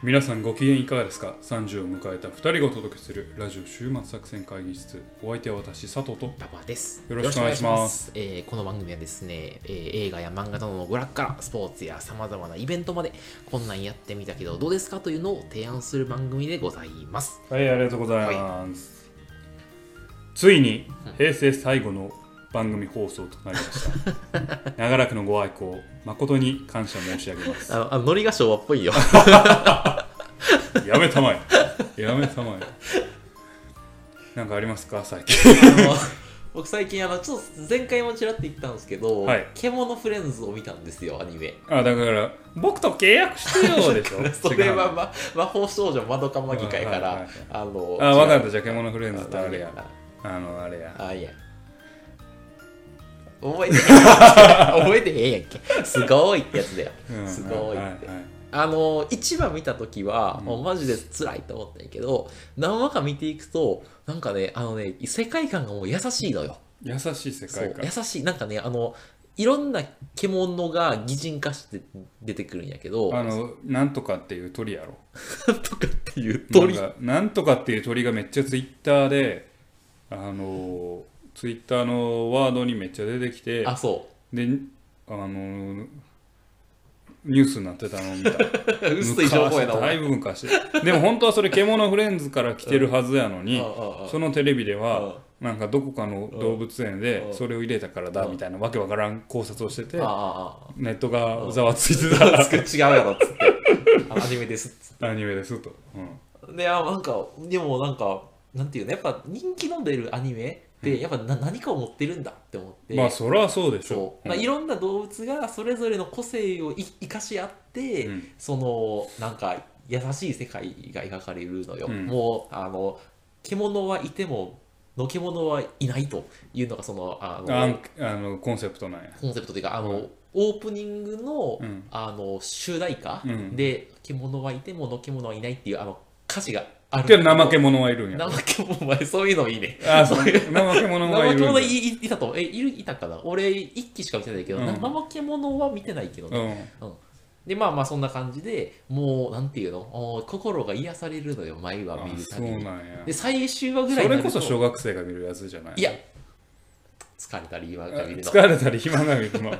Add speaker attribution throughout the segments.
Speaker 1: 皆さんご機嫌いかがですか ?30 を迎えた2人がお届けするラジオ週末作戦会議室お相手は私佐藤と
Speaker 2: パパです。
Speaker 1: よろしくお願いします
Speaker 2: よろしくお願いします。えーこの番組はですね、えー映画や漫画などの娯楽からスポーツやさまざまなイベントまでこんなんやってみたけどどうですかというのを提案する番組でございます。
Speaker 1: はいありがとうございます、ついに平成最後の番組放送となりました 長らくのご愛好誠に感謝申し上げ ます
Speaker 2: あの あのノリが昭和っぽいよ。
Speaker 1: やめたまえ やめたまえなんかありますか最近
Speaker 2: あの僕最近あのちょっと前回もちらっと言ったんですけど、
Speaker 1: はい
Speaker 2: 獣フレンズを見たんですよアニメ。
Speaker 1: あだから僕と契約してよでしょ
Speaker 2: それ
Speaker 1: 違
Speaker 2: は、
Speaker 1: う
Speaker 2: ま、魔法少女まどかマギ会か
Speaker 1: はいはい
Speaker 2: ら
Speaker 1: はい
Speaker 2: あの
Speaker 1: あ分かった
Speaker 2: 違う
Speaker 1: じゃあ獣フレンズってあれ
Speaker 2: あ何
Speaker 1: やあのあれや
Speaker 2: あいや。覚えてへん覚えてへんやんけ。すごいってやつだよ
Speaker 1: う。ん
Speaker 2: すごい
Speaker 1: はは
Speaker 2: って
Speaker 1: は。い
Speaker 2: あの、一話見たときは、
Speaker 1: うん
Speaker 2: もうマジで辛いと思ったんやけど、何話か見ていくと、なんかね、あのね、世界観がもう優しいのよ。
Speaker 1: 優しい世
Speaker 2: そ
Speaker 1: 界
Speaker 2: う、
Speaker 1: 観
Speaker 2: 優しい。なんかね、あの、いろんな獣が擬人化して出てくるんやけど、
Speaker 1: あのなんとかっていう鳥やろ
Speaker 2: とかっていう鳥。
Speaker 1: なんかなんとかっていう鳥がめっちゃツイッターであのツイッターのワードにめっちゃ出てきて
Speaker 2: あ、そ
Speaker 1: であのニュースになってたのみたいな
Speaker 2: う。 薄い情報やな、お
Speaker 1: だ
Speaker 2: 前
Speaker 1: いぶ昔でも本当はそれ獣フレンズから来てるはずやのに、
Speaker 2: うんうんうん
Speaker 1: そのテレビでは、なんかどこかの動物園
Speaker 2: う
Speaker 1: で
Speaker 2: ん
Speaker 1: それを入れたからだみたいなわけわからん考察をしてて、
Speaker 2: ああ、ああ。
Speaker 1: ネットがざわついて
Speaker 2: あ
Speaker 1: た
Speaker 2: つく違うやろっつって。あアニメですっつって。
Speaker 1: アニメですと、うん
Speaker 2: であなんかでもなんかなんていうのやっぱ人気の出るアニメってやっぱな、何かを持ってるんだって思って、
Speaker 1: まあそりゃそうでしょ
Speaker 2: そう、まあ、
Speaker 1: ん
Speaker 2: いろんな動物がそれぞれの個性をい生かし合って、
Speaker 1: うん
Speaker 2: そのなんか優しい世界が描かれるのよ、
Speaker 1: うん
Speaker 2: もうあの獣はいてものけ者はいないというのがそのあの
Speaker 1: あんあのコンセプトなんや。
Speaker 2: コンセプトというかあの、
Speaker 1: うん
Speaker 2: オープニングの,、
Speaker 1: うん
Speaker 2: あの主題歌
Speaker 1: うん
Speaker 2: で「獣はいてものけ者はいない」っていうあの歌詞がある
Speaker 1: けど怠け者はいるんや。
Speaker 2: 怠け者お前そういうのいいね
Speaker 1: あそう怠け者がい
Speaker 2: 怠
Speaker 1: る
Speaker 2: け
Speaker 1: ん
Speaker 2: 者
Speaker 1: や。
Speaker 2: いいいたとえいるいたかな俺一期しか見てないけど、
Speaker 1: うん
Speaker 2: 怠け者は見てないけどね、うんでまあまあそんな感じでもうなんていうのお心が癒されるのよ毎
Speaker 1: う
Speaker 2: 話
Speaker 1: ん、
Speaker 2: 見
Speaker 1: あ
Speaker 2: る
Speaker 1: そ
Speaker 2: た
Speaker 1: う
Speaker 2: び
Speaker 1: なん
Speaker 2: に
Speaker 1: や
Speaker 2: で。最終話ぐらい
Speaker 1: そ
Speaker 2: にな
Speaker 1: れ
Speaker 2: る
Speaker 1: ことそ小学生が見るやつじゃない
Speaker 2: いや疲れたり今
Speaker 1: あ
Speaker 2: から見るの
Speaker 1: 疲れたり暇が見るの。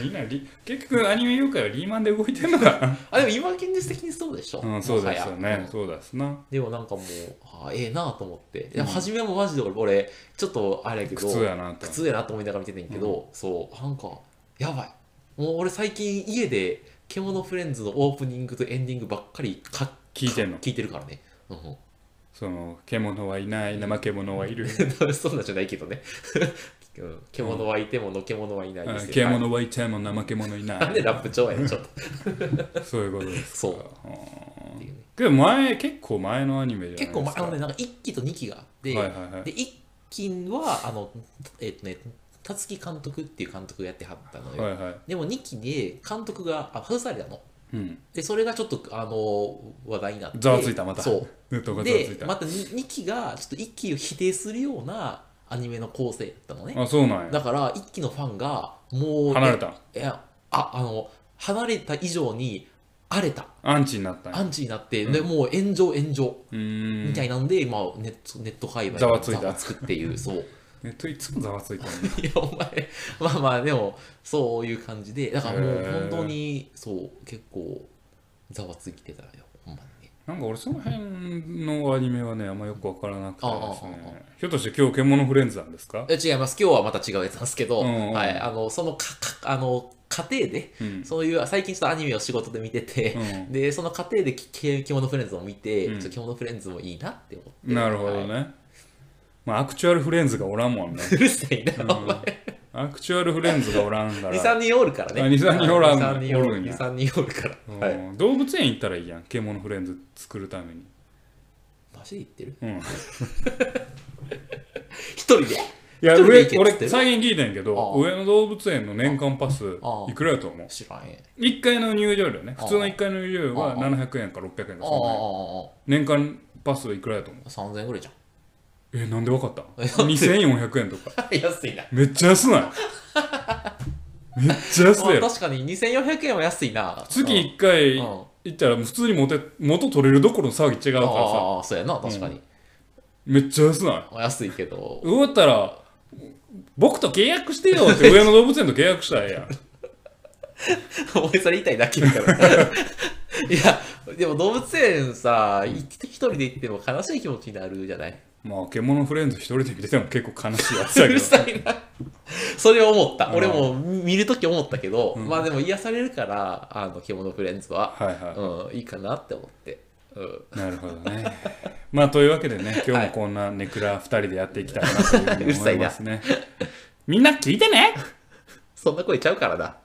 Speaker 1: みんなリ結局アニメ業界はリーマンで動いてんのかな。
Speaker 2: あでも今現実的にそうでしょ、
Speaker 1: うん、そうですよ
Speaker 2: もはや
Speaker 1: ね。そうですな。
Speaker 2: でもなんかもう、あええなと思って。で
Speaker 1: うん
Speaker 2: も初めもマジで俺、俺ちょっとあれやけど、
Speaker 1: 苦痛やなと
Speaker 2: 苦。痛やなと思いながら見ててんけど、そう、なんか、やばい。もう俺最近家で、獣フレンズのオープニングとエンディングばっかりか
Speaker 1: 聞いてんの
Speaker 2: 聞いてるからね。うん うん
Speaker 1: その、獣はいない、怠け者 はいる。
Speaker 2: そんなんじゃないけどね。うん獣はいてもの獣はいない
Speaker 1: あ
Speaker 2: ですよ。はい
Speaker 1: 獣はいても怠け者いな
Speaker 2: なんで
Speaker 1: い。
Speaker 2: ラップ調やねんちょっと。
Speaker 1: そういうことです。
Speaker 2: そう
Speaker 1: うん
Speaker 2: っていうね
Speaker 1: けど前、結構前のアニメじゃな
Speaker 2: 結
Speaker 1: い
Speaker 2: 構、
Speaker 1: で
Speaker 2: ますあのね、
Speaker 1: か。
Speaker 2: なんか1期と2期があって、
Speaker 1: はいはいはい
Speaker 2: で1期は、あの、えっ、とね、たつき監督っていう監督がやってはったのよ。
Speaker 1: はいはい。
Speaker 2: でも2期で監督があ外されたの。
Speaker 1: うん。
Speaker 2: で、それがちょっとあの話題になって。
Speaker 1: ざわついた、また。
Speaker 2: そ
Speaker 1: ネット
Speaker 2: う。
Speaker 1: がざわつい
Speaker 2: で、
Speaker 1: た。
Speaker 2: また 2, 期がちょっと1期を否定するようなアニメの構成だったのね。
Speaker 1: あ、そうなんや。
Speaker 2: だから1期のファンがもう、
Speaker 1: 離れた。
Speaker 2: いや、あ、あの、離れた以上に荒れた。
Speaker 1: アンチになったんや
Speaker 2: アンチになって、でもう炎上炎上
Speaker 1: うーん
Speaker 2: みたいなんで、まあネットネット界隈
Speaker 1: ざわついた
Speaker 2: つくっていう、そう。
Speaker 1: ネットいつもざわついてるね
Speaker 2: いや、お前、まあまあ、でも、そういう感じで、だからも
Speaker 1: へ
Speaker 2: う
Speaker 1: ー
Speaker 2: 本当に、そう、結構、ざわついてたよ、ほんまにね。
Speaker 1: なんか俺その辺のアニメはねあんまよくわからなくてです
Speaker 2: あああ
Speaker 1: ねひょっとして今日獣フレンズなんですか
Speaker 2: え違います、今日はまた違うやつなんですけど、
Speaker 1: うんうんうん
Speaker 2: はい、あの、そのか、か、あの、家庭で、
Speaker 1: うん
Speaker 2: そういう、最近ちょっとアニメを仕事で見てて、
Speaker 1: う
Speaker 2: で、その過程でき、け獣フレンズを見て、
Speaker 1: うん
Speaker 2: ちょっと獣フレンズもいいなって思って。
Speaker 1: んなるほど
Speaker 2: はい
Speaker 1: ねまあアクチュアルフレンズがおらんもんね
Speaker 2: うるさいな、お前。
Speaker 1: アクチュアルフレンズがおらんか
Speaker 2: 2、
Speaker 1: ら
Speaker 2: 3人おるからね。
Speaker 1: あ二三人おらん
Speaker 2: はい二三人おる
Speaker 1: おるんや
Speaker 2: 二三人おるから。
Speaker 1: うん
Speaker 2: はい。
Speaker 1: 動物園行ったらいいやん獣フレンズ作るために
Speaker 2: マジで言ってる
Speaker 1: うんい
Speaker 2: 一人で
Speaker 1: や
Speaker 2: 一人で
Speaker 1: 上
Speaker 2: 行けっつって
Speaker 1: 俺
Speaker 2: る
Speaker 1: 最近聞いたんやけど
Speaker 2: ああ
Speaker 1: 上野動物園の年間パス
Speaker 2: ああ
Speaker 1: いくらやと思う
Speaker 2: 知らんえ。
Speaker 1: 1回の入場料ね普通の1回の入場料は
Speaker 2: ああ
Speaker 1: 700円か600円か
Speaker 2: ああ、あ
Speaker 1: そんなんや年間パスいくらやと思う
Speaker 2: あ3000円ぐらいじゃん。
Speaker 1: えなんでわかった2400円とか
Speaker 2: 安いな。
Speaker 1: めっちゃ安ないめっちゃ安いや
Speaker 2: まあ
Speaker 1: ろ
Speaker 2: 確かに2400円は安いな。
Speaker 1: 月
Speaker 2: うん
Speaker 1: 1回
Speaker 2: うん
Speaker 1: 言ったらもう普通に元元取れるどころの騒ぎ違うからさ
Speaker 2: ああ、そうやな、確かに。
Speaker 1: めっちゃ安ない
Speaker 2: お安いけど。
Speaker 1: うわったら僕と契約してよ って上野動物園と契約したらええやん
Speaker 2: お前それ言いたいだけみたいな。 いや、でも動物園さ、い一人で行っても悲しい気持ちになるじゃない
Speaker 1: まあ獣フレンズ一人で見てても結構悲しいやつ
Speaker 2: う
Speaker 1: だけ
Speaker 2: る
Speaker 1: ど
Speaker 2: さいな。それを思った。
Speaker 1: うん
Speaker 2: 俺も見るとき思ったけど、
Speaker 1: うん
Speaker 2: まあでも癒されるから、あの、獣フレンズは、
Speaker 1: はいはい、
Speaker 2: うん、いいかなって思って。うん。
Speaker 1: なるほどね。まあというわけでね、今日もこんなネクラ2人でやっていきたいなというふうに思いますね。みんな聞いてね
Speaker 2: そんな声ちゃうからな。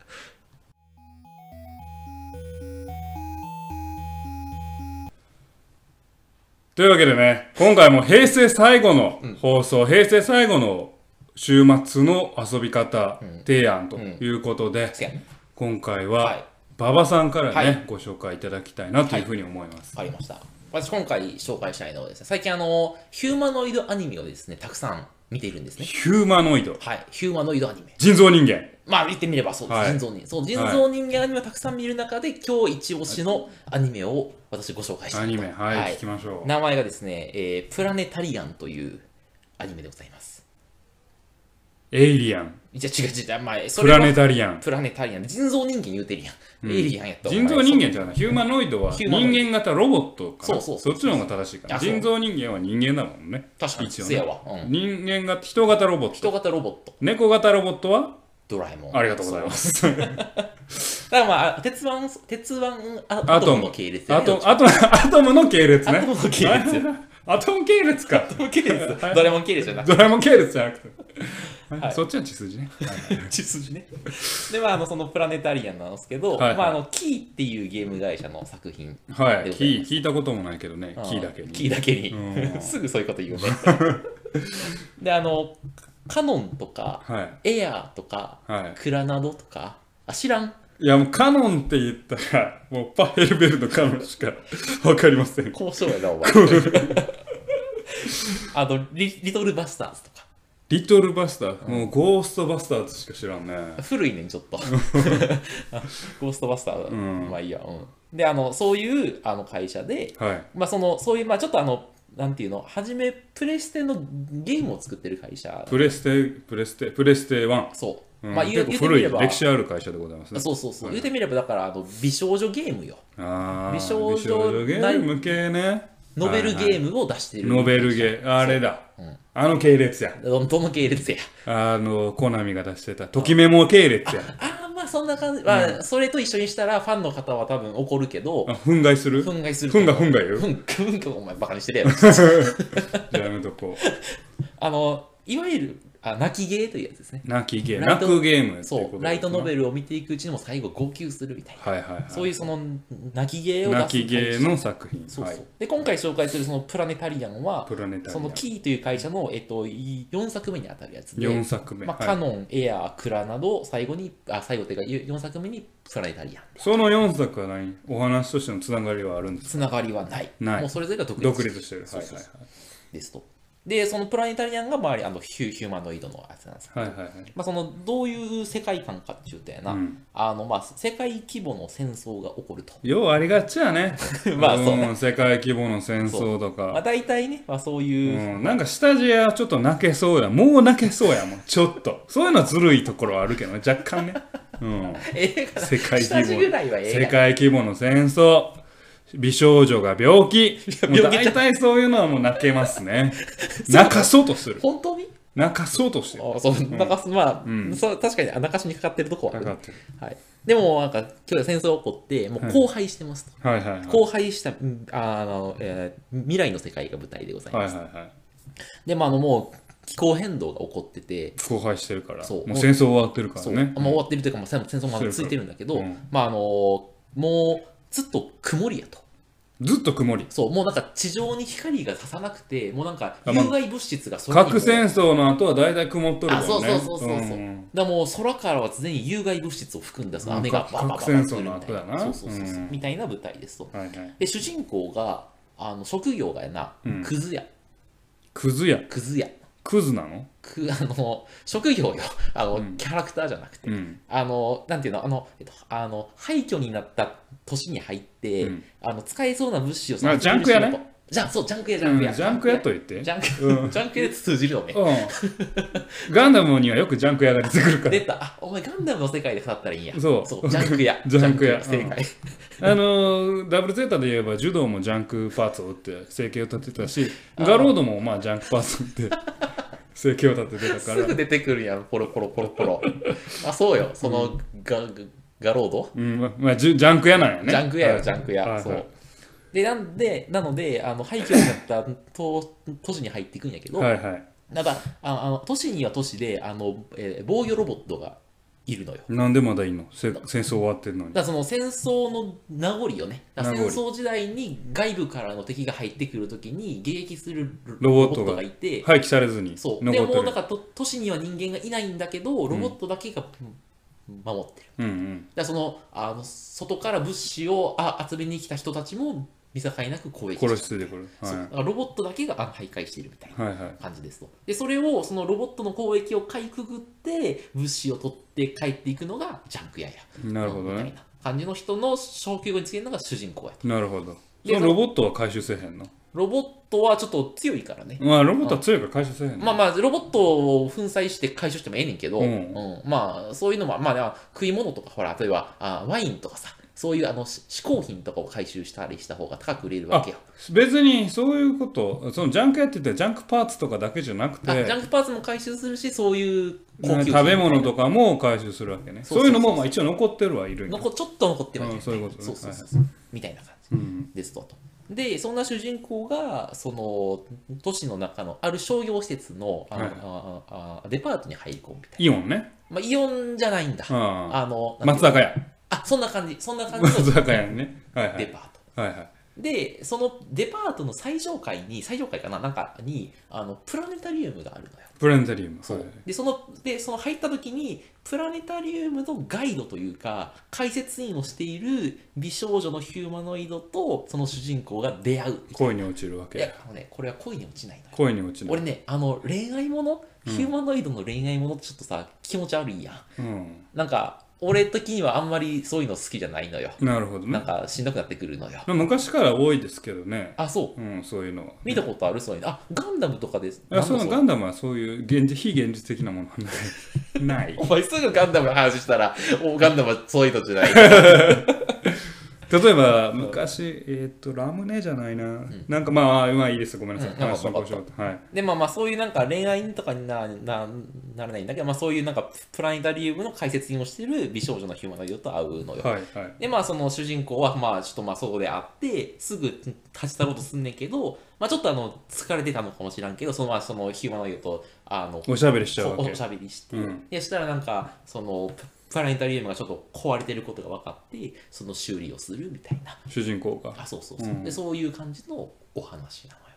Speaker 1: というわけでね、今回も平成最後の放送、平成最後の週末の遊び方提案ということで、
Speaker 2: せやね。
Speaker 1: 今回
Speaker 2: はい
Speaker 1: は馬場さんからね、
Speaker 2: はい
Speaker 1: ご紹介いただきたいなというふうに思います。
Speaker 2: わかりました。私、今回紹介したいのはですね、最近あの、ヒューマノイドアニメをですね、たくさん見ているんですね。
Speaker 1: ヒューマノイド、
Speaker 2: はい。ヒューマノイドアニメ。
Speaker 1: 人造人間。
Speaker 2: まあ、言ってみればそうです。
Speaker 1: はい
Speaker 2: 人造人。そう、人造人間アニメをたくさん見る中で、今日一押しのアニメを私ご紹介した
Speaker 1: ア
Speaker 2: い
Speaker 1: ニ
Speaker 2: と
Speaker 1: メ、はい、聞きましょう。
Speaker 2: 名前がですね、えープラネタリアンというアニメでございます。
Speaker 1: エイリアン、
Speaker 2: じゃ違う違う、まあ、そ
Speaker 1: プ
Speaker 2: れは
Speaker 1: ラネタリアン。
Speaker 2: プラネタリアン、人造人間言うてるやん。エイリアンやった
Speaker 1: 人造人
Speaker 2: 間
Speaker 1: 間じゃないヒューマノイドは
Speaker 2: ヒュ
Speaker 1: 人
Speaker 2: ーマノイド
Speaker 1: 間型ロボットかな
Speaker 2: そうそうそう
Speaker 1: っちの方が正しいから
Speaker 2: あそう
Speaker 1: 人造人間は人間だもんね
Speaker 2: 確かに、
Speaker 1: 一応
Speaker 2: せや
Speaker 1: ね
Speaker 2: わ、うん。
Speaker 1: 人間型人型ロボッ
Speaker 2: 人
Speaker 1: ト
Speaker 2: 型ロボット、
Speaker 1: 猫型ロボットは
Speaker 2: ドラえもん。。
Speaker 1: ありがとうございますす
Speaker 2: だからまあ、鉄腕、鉄腕アアトムの系列
Speaker 1: ア
Speaker 2: やね
Speaker 1: トムアトムアトムの系列ね
Speaker 2: アトムの系列や
Speaker 1: アトム系列か
Speaker 2: アトム系列。ドラえもん系列じゃなくて
Speaker 1: ドラえもん系列じゃなくて、
Speaker 2: はい
Speaker 1: そっちは血筋ね
Speaker 2: 血筋ね。で、まあ、あの、そのプラネタリアンなんですけど、
Speaker 1: はいはい
Speaker 2: まあ、あの、キーっていうゲーム会社の作品。
Speaker 1: は
Speaker 2: ありがとうござい
Speaker 1: い
Speaker 2: ます
Speaker 1: キー聞いたこともないけどねキーだけ
Speaker 2: キー
Speaker 1: に
Speaker 2: だけに
Speaker 1: う。ん
Speaker 2: すぐそういうこと言うね。で、あの、カノンとか、
Speaker 1: はい
Speaker 2: エアーとか、
Speaker 1: はい
Speaker 2: クラナドとか、あ、知らん。
Speaker 1: いやもうカノンって言ったらもうパヘルベルのカノンしか わかりません
Speaker 2: 交渉やな、お前。 あのリ、リトルバスターズとか。
Speaker 1: リトルバスター、もうゴーストバスターズしか知らんね。
Speaker 2: 古いねんちょっ と ゴーストバスターだ、
Speaker 1: ん
Speaker 2: まあいいや、うん、であのそういうあの会社で、
Speaker 1: はい。
Speaker 2: まあそのそういうまあちょっとあのなんていうの初めプレステのゲームを作ってる会社
Speaker 1: プレステ、プレステ、プレステ1。
Speaker 2: そう、
Speaker 1: うん
Speaker 2: まあ言
Speaker 1: 結構
Speaker 2: う言ってみ
Speaker 1: 古
Speaker 2: れ
Speaker 1: い
Speaker 2: ば
Speaker 1: 歴史ある会社でございますね。
Speaker 2: そうそうそう、
Speaker 1: はい
Speaker 2: 言うてみればだからあの美少女ゲームよ
Speaker 1: ああ、
Speaker 2: 美少女
Speaker 1: 美少女ゲーム系ね。
Speaker 2: ノベル
Speaker 1: はい
Speaker 2: ゲームを出してる、
Speaker 1: ノベルゲー、あれだ。あの系列や。
Speaker 2: どどの系列や
Speaker 1: あの、コナミが出してた、ときメモ系列や。
Speaker 2: ああまあそんな感じ、まあそれと一緒にしたらファンの方は多分怒るけど
Speaker 1: あ、憤慨する
Speaker 2: 憤慨する
Speaker 1: 憤慨、憤慨よ。
Speaker 2: 憤慨憤慨お前バカに してるやろ
Speaker 1: じゃあやめとこ
Speaker 2: あのいわゆるあ泣きゲーというやつですね
Speaker 1: う。泣きゲーム。
Speaker 2: ライ
Speaker 1: 泣
Speaker 2: ト
Speaker 1: くゲームってい
Speaker 2: そう
Speaker 1: こと
Speaker 2: うライトノベ
Speaker 1: ル。
Speaker 2: ルを見ていくうちにも最後号泣するみたいな、
Speaker 1: はいはいはい。
Speaker 2: そういうその泣きゲーを出す
Speaker 1: 泣きゲーの作品。
Speaker 2: そうそう、
Speaker 1: はい。
Speaker 2: で今回紹介するそのプラネタリアンは
Speaker 1: プラネタリアン
Speaker 2: そのキーという会社の、えっと、い4作目に当たるやつで
Speaker 1: 4作目。
Speaker 2: まあ、
Speaker 1: はい
Speaker 2: カノン、エアー、クラなど最後にあ最後というか4作目にプラネタリアン
Speaker 1: その4作は何お話としてのつながりはあるんですか
Speaker 2: つながりはない
Speaker 1: ない
Speaker 2: もうそれぞれが独立
Speaker 1: 独立してる。
Speaker 2: そう
Speaker 1: はい
Speaker 2: そうそうですとでそのプラネタリアンが周りあのヒューヒューマノイドのやつなんです
Speaker 1: はいはい。はいはいはい。
Speaker 2: まあ、そのどういう世界観かっていうとやな、
Speaker 1: うん
Speaker 2: あのまあ世界規模の戦争が起こると、。
Speaker 1: ようありがちやね
Speaker 2: まあそうん
Speaker 1: 世界規模の戦争と
Speaker 2: まあ、
Speaker 1: か。
Speaker 2: 大体ね、まあ、そう
Speaker 1: う
Speaker 2: いう、
Speaker 1: ん、なんか下地はちょっと泣けそうや。もう泣けそうやもん。ちょっと。そういうのはずるいところはあるけどね。若干ね。 うん。
Speaker 2: 映画
Speaker 1: 世界
Speaker 2: 下地
Speaker 1: 規模
Speaker 2: ぐらいは映
Speaker 1: 世
Speaker 2: 画
Speaker 1: 界規模の戦争。美少女が病気。もう
Speaker 2: 病気ちゃ
Speaker 1: 大体そういうのはもう泣けますね。 泣かそうとする。
Speaker 2: 本当に
Speaker 1: 泣かそうとしてる。
Speaker 2: あそう泣かすまあ、
Speaker 1: ん
Speaker 2: そう確かに泣かしにかかってるとこは
Speaker 1: か
Speaker 2: ある、
Speaker 1: かってる。
Speaker 2: はい、でもなんか今日は戦争が起こってもう荒廃してますと、
Speaker 1: はいはいはい。
Speaker 2: 荒廃したうんあの、えー未来の世界が舞台でござい
Speaker 1: はい
Speaker 2: ま
Speaker 1: はい
Speaker 2: す、
Speaker 1: はい。
Speaker 2: でまああのもう気候変動が起こってて
Speaker 1: 荒廃してるから
Speaker 2: そう
Speaker 1: もう戦争終わってるから
Speaker 2: そう、
Speaker 1: ね
Speaker 2: まあ、終わってるというか、まあ、戦争もまだ続いてるんだけど、
Speaker 1: そううん
Speaker 2: まああのもうずっと曇りやと
Speaker 1: ずっと曇り
Speaker 2: そう、もうなんか地上に光が差さなくて、もうなんか
Speaker 1: あまあ
Speaker 2: 有害物質がそれにも
Speaker 1: 核戦争の後は大体曇っとるから
Speaker 2: あ、
Speaker 1: ね
Speaker 2: そうそうそうそうそう。
Speaker 1: ん
Speaker 2: だからもう空からは常に有害物質を含んだその雨が
Speaker 1: うん
Speaker 2: バーバーバーバー
Speaker 1: 核戦争の
Speaker 2: 降るみたい
Speaker 1: 後だ
Speaker 2: そう
Speaker 1: な
Speaker 2: そうそうそう
Speaker 1: うん
Speaker 2: みたいな舞台ですと。
Speaker 1: はいはい
Speaker 2: で、主人公が、あの職業がやな
Speaker 1: うん、
Speaker 2: クズや、
Speaker 1: クズや
Speaker 2: クズや。
Speaker 1: クズなの
Speaker 2: くあの職業よあの、
Speaker 1: うん
Speaker 2: キャラクターじゃなくて、
Speaker 1: うん。
Speaker 2: あのなんていうのあの、えっと、あの廃墟になった年に入って、
Speaker 1: うん
Speaker 2: あの使えそうな物資を
Speaker 1: まあジャンク屋ね
Speaker 2: じゃそうジャンク屋ジ
Speaker 1: う
Speaker 2: ャ
Speaker 1: ん
Speaker 2: ンク
Speaker 1: ジ
Speaker 2: 屋、
Speaker 1: ャンク屋と言って。
Speaker 2: ジャンク、
Speaker 1: うん
Speaker 2: ジャンク屋で通じるのね
Speaker 1: うん。 ガンダムにはよくジャンク屋が出てくるか
Speaker 2: 出たあお前ガンダムの世界で語ったらいいんや
Speaker 1: そう
Speaker 2: ジャンク屋
Speaker 1: ジャンク屋
Speaker 2: ジャンク正解、
Speaker 1: ら。あのー、ダブルゼータで言えば、柔道もジャンクパーツを打って生計を立ててたし、
Speaker 2: あー
Speaker 1: ガロードもまあジャンクパーツを打って 生計を立ててたか
Speaker 2: すぐ
Speaker 1: ら。
Speaker 2: 出てくるやんポロポロポロポロあそうよその、ガガロード
Speaker 1: うん、ままあジュジャンク屋なんやね。
Speaker 2: ジャンク屋よ、
Speaker 1: はい
Speaker 2: ジャンク屋。
Speaker 1: はいはい
Speaker 2: そう。で、なんで、なので、あの廃墟になった都都市に入っていくんやけど、
Speaker 1: はいはい。
Speaker 2: ただああの、都市には都市で、あの、えー防御ロボットがいるのよ。
Speaker 1: なんでまだいいのせ戦争終わってんのに。
Speaker 2: だからその戦争の名残よね。だから
Speaker 1: 名
Speaker 2: 戦
Speaker 1: 残
Speaker 2: 争時代に外部からの敵が入ってくるときに迎撃するロ
Speaker 1: ロボッ
Speaker 2: ロボッ
Speaker 1: ト
Speaker 2: ト
Speaker 1: が
Speaker 2: がいて、
Speaker 1: 廃棄されずに
Speaker 2: そう。で
Speaker 1: 残って
Speaker 2: も、だ
Speaker 1: る。
Speaker 2: からと都市には人間がいないんだけど、ロボットだけがうん守ってる。
Speaker 1: うんうん。
Speaker 2: だからそのあの外から物資をあ集めに来た人たちも見境なく攻撃して
Speaker 1: 殺しついてくる。
Speaker 2: そうだ
Speaker 1: は。
Speaker 2: からロボットだけがあの徘徊しているみたいない
Speaker 1: はいはい。
Speaker 2: 感じですと。で、それを、そのロボットの攻撃をかいくぐって、物資を取って帰っていくのがジャンク屋や。
Speaker 1: なるほど
Speaker 2: みた
Speaker 1: ね
Speaker 2: い。な感じの人の昇級につけるのが主人公やと。
Speaker 1: なるほど。
Speaker 2: で
Speaker 1: そのロボットは回収せえへんの
Speaker 2: ロボットはちょっと強いからね。
Speaker 1: まあ、ロボットは強いから回収せえへんの
Speaker 2: まあまあ、ロボットを粉砕して回収してもええねんけど、
Speaker 1: うん
Speaker 2: うんまあ、そういうのも、まあ、食い物とか、ほら、例えばあワインとかさ、そういうあのし嗜好品とかを回収したりした方が高く売れるわけよ。
Speaker 1: 別にそういうこと、そのジャンクやって言ったらジャンクパーツとかだけじゃなく
Speaker 2: あジャ
Speaker 1: て、
Speaker 2: ンクパーツも回収するし、そういう高級品
Speaker 1: 食べ物とかも回収するわけね。そ
Speaker 2: そうそう
Speaker 1: う
Speaker 2: そ
Speaker 1: いううのもまあ一応残ってるはいるんや
Speaker 2: 残ちょっと残ってはいる
Speaker 1: うんそういうことね
Speaker 2: そうそうそうそうみたいな感じ
Speaker 1: うん
Speaker 2: ですと。で、そんな主人公が、その、都市の中のある商業施設の、あの、
Speaker 1: はい
Speaker 2: ああデパートに入り込むみたい
Speaker 1: イオンね。
Speaker 2: な。まあ、イオンじゃないんだ。
Speaker 1: あ
Speaker 2: あの、
Speaker 1: あ
Speaker 2: なん
Speaker 1: 松
Speaker 2: て
Speaker 1: 坂
Speaker 2: いう
Speaker 1: 屋。
Speaker 2: あ、そんな感じ、そんな感じ
Speaker 1: 松
Speaker 2: の
Speaker 1: 坂屋ね。はいは
Speaker 2: デ
Speaker 1: い。
Speaker 2: パート。
Speaker 1: はいはい、
Speaker 2: で、そのデパートの最上階に、最上階かななんかに、あの、プラネタリウムがあるのよ。
Speaker 1: プラネタリウム。
Speaker 2: そう
Speaker 1: はいはい
Speaker 2: でそのでその入った時にプラネタリウムのガイドというか解説員をしている美少女のヒューマノイドとその主人公が出会う
Speaker 1: 恋に落ちるわ
Speaker 2: いや
Speaker 1: け。
Speaker 2: あのねこれは恋に落ちないのよ
Speaker 1: 恋に落ちる。
Speaker 2: 俺ねあの恋愛ものヒューマノイドの恋愛ものってちょっとさ気持ち悪いや
Speaker 1: う
Speaker 2: ん
Speaker 1: ん、
Speaker 2: なんか俺的にはあんまりそういうの好きじゃないのよ
Speaker 1: なるほど
Speaker 2: なん
Speaker 1: ね。
Speaker 2: かしんどくなってくるのよ
Speaker 1: まあ昔から多いですけどね。
Speaker 2: あそう
Speaker 1: うん、そういうのは。
Speaker 2: 見たことあるそういうのあガンダムとかです
Speaker 1: あそ
Speaker 2: なん
Speaker 1: の
Speaker 2: だ
Speaker 1: ガ
Speaker 2: れ
Speaker 1: ンダムはそういう現実非現実的なものはない。 ない
Speaker 2: お前すぐガンダムの話したらおガンダムはそういうのじゃない
Speaker 1: 例えば昔、えーっとラムネじゃないな、なんかまあまあいいですごめんなさい、
Speaker 2: うん
Speaker 1: 話
Speaker 2: なんか
Speaker 1: の交渉はい
Speaker 2: でまあまあそういうなんか恋愛とかにななならないんだけど、まあ、そういうなんかプラネタリウムの解説員をしてる美少女のヒューマノイドと会うのよ。
Speaker 1: はいはい
Speaker 2: でまあその主人公はまあちょっとまあそこで会ってすぐ立ち去ろうとすんねんけど、まあ、ちょっとあの疲れてたのかもしらんけどそのまあそのヒューマノイドとあの
Speaker 1: おしゃべりしちゃう
Speaker 2: お
Speaker 1: わけ
Speaker 2: おしゃべりして、
Speaker 1: うん
Speaker 2: でしたらなんかそのププラネタリウムがちょっと壊れてることが分かってその修理をするみたいな
Speaker 1: 主人公が
Speaker 2: あそうそうそう、
Speaker 1: うん
Speaker 2: でそういう感じのお話なのよ。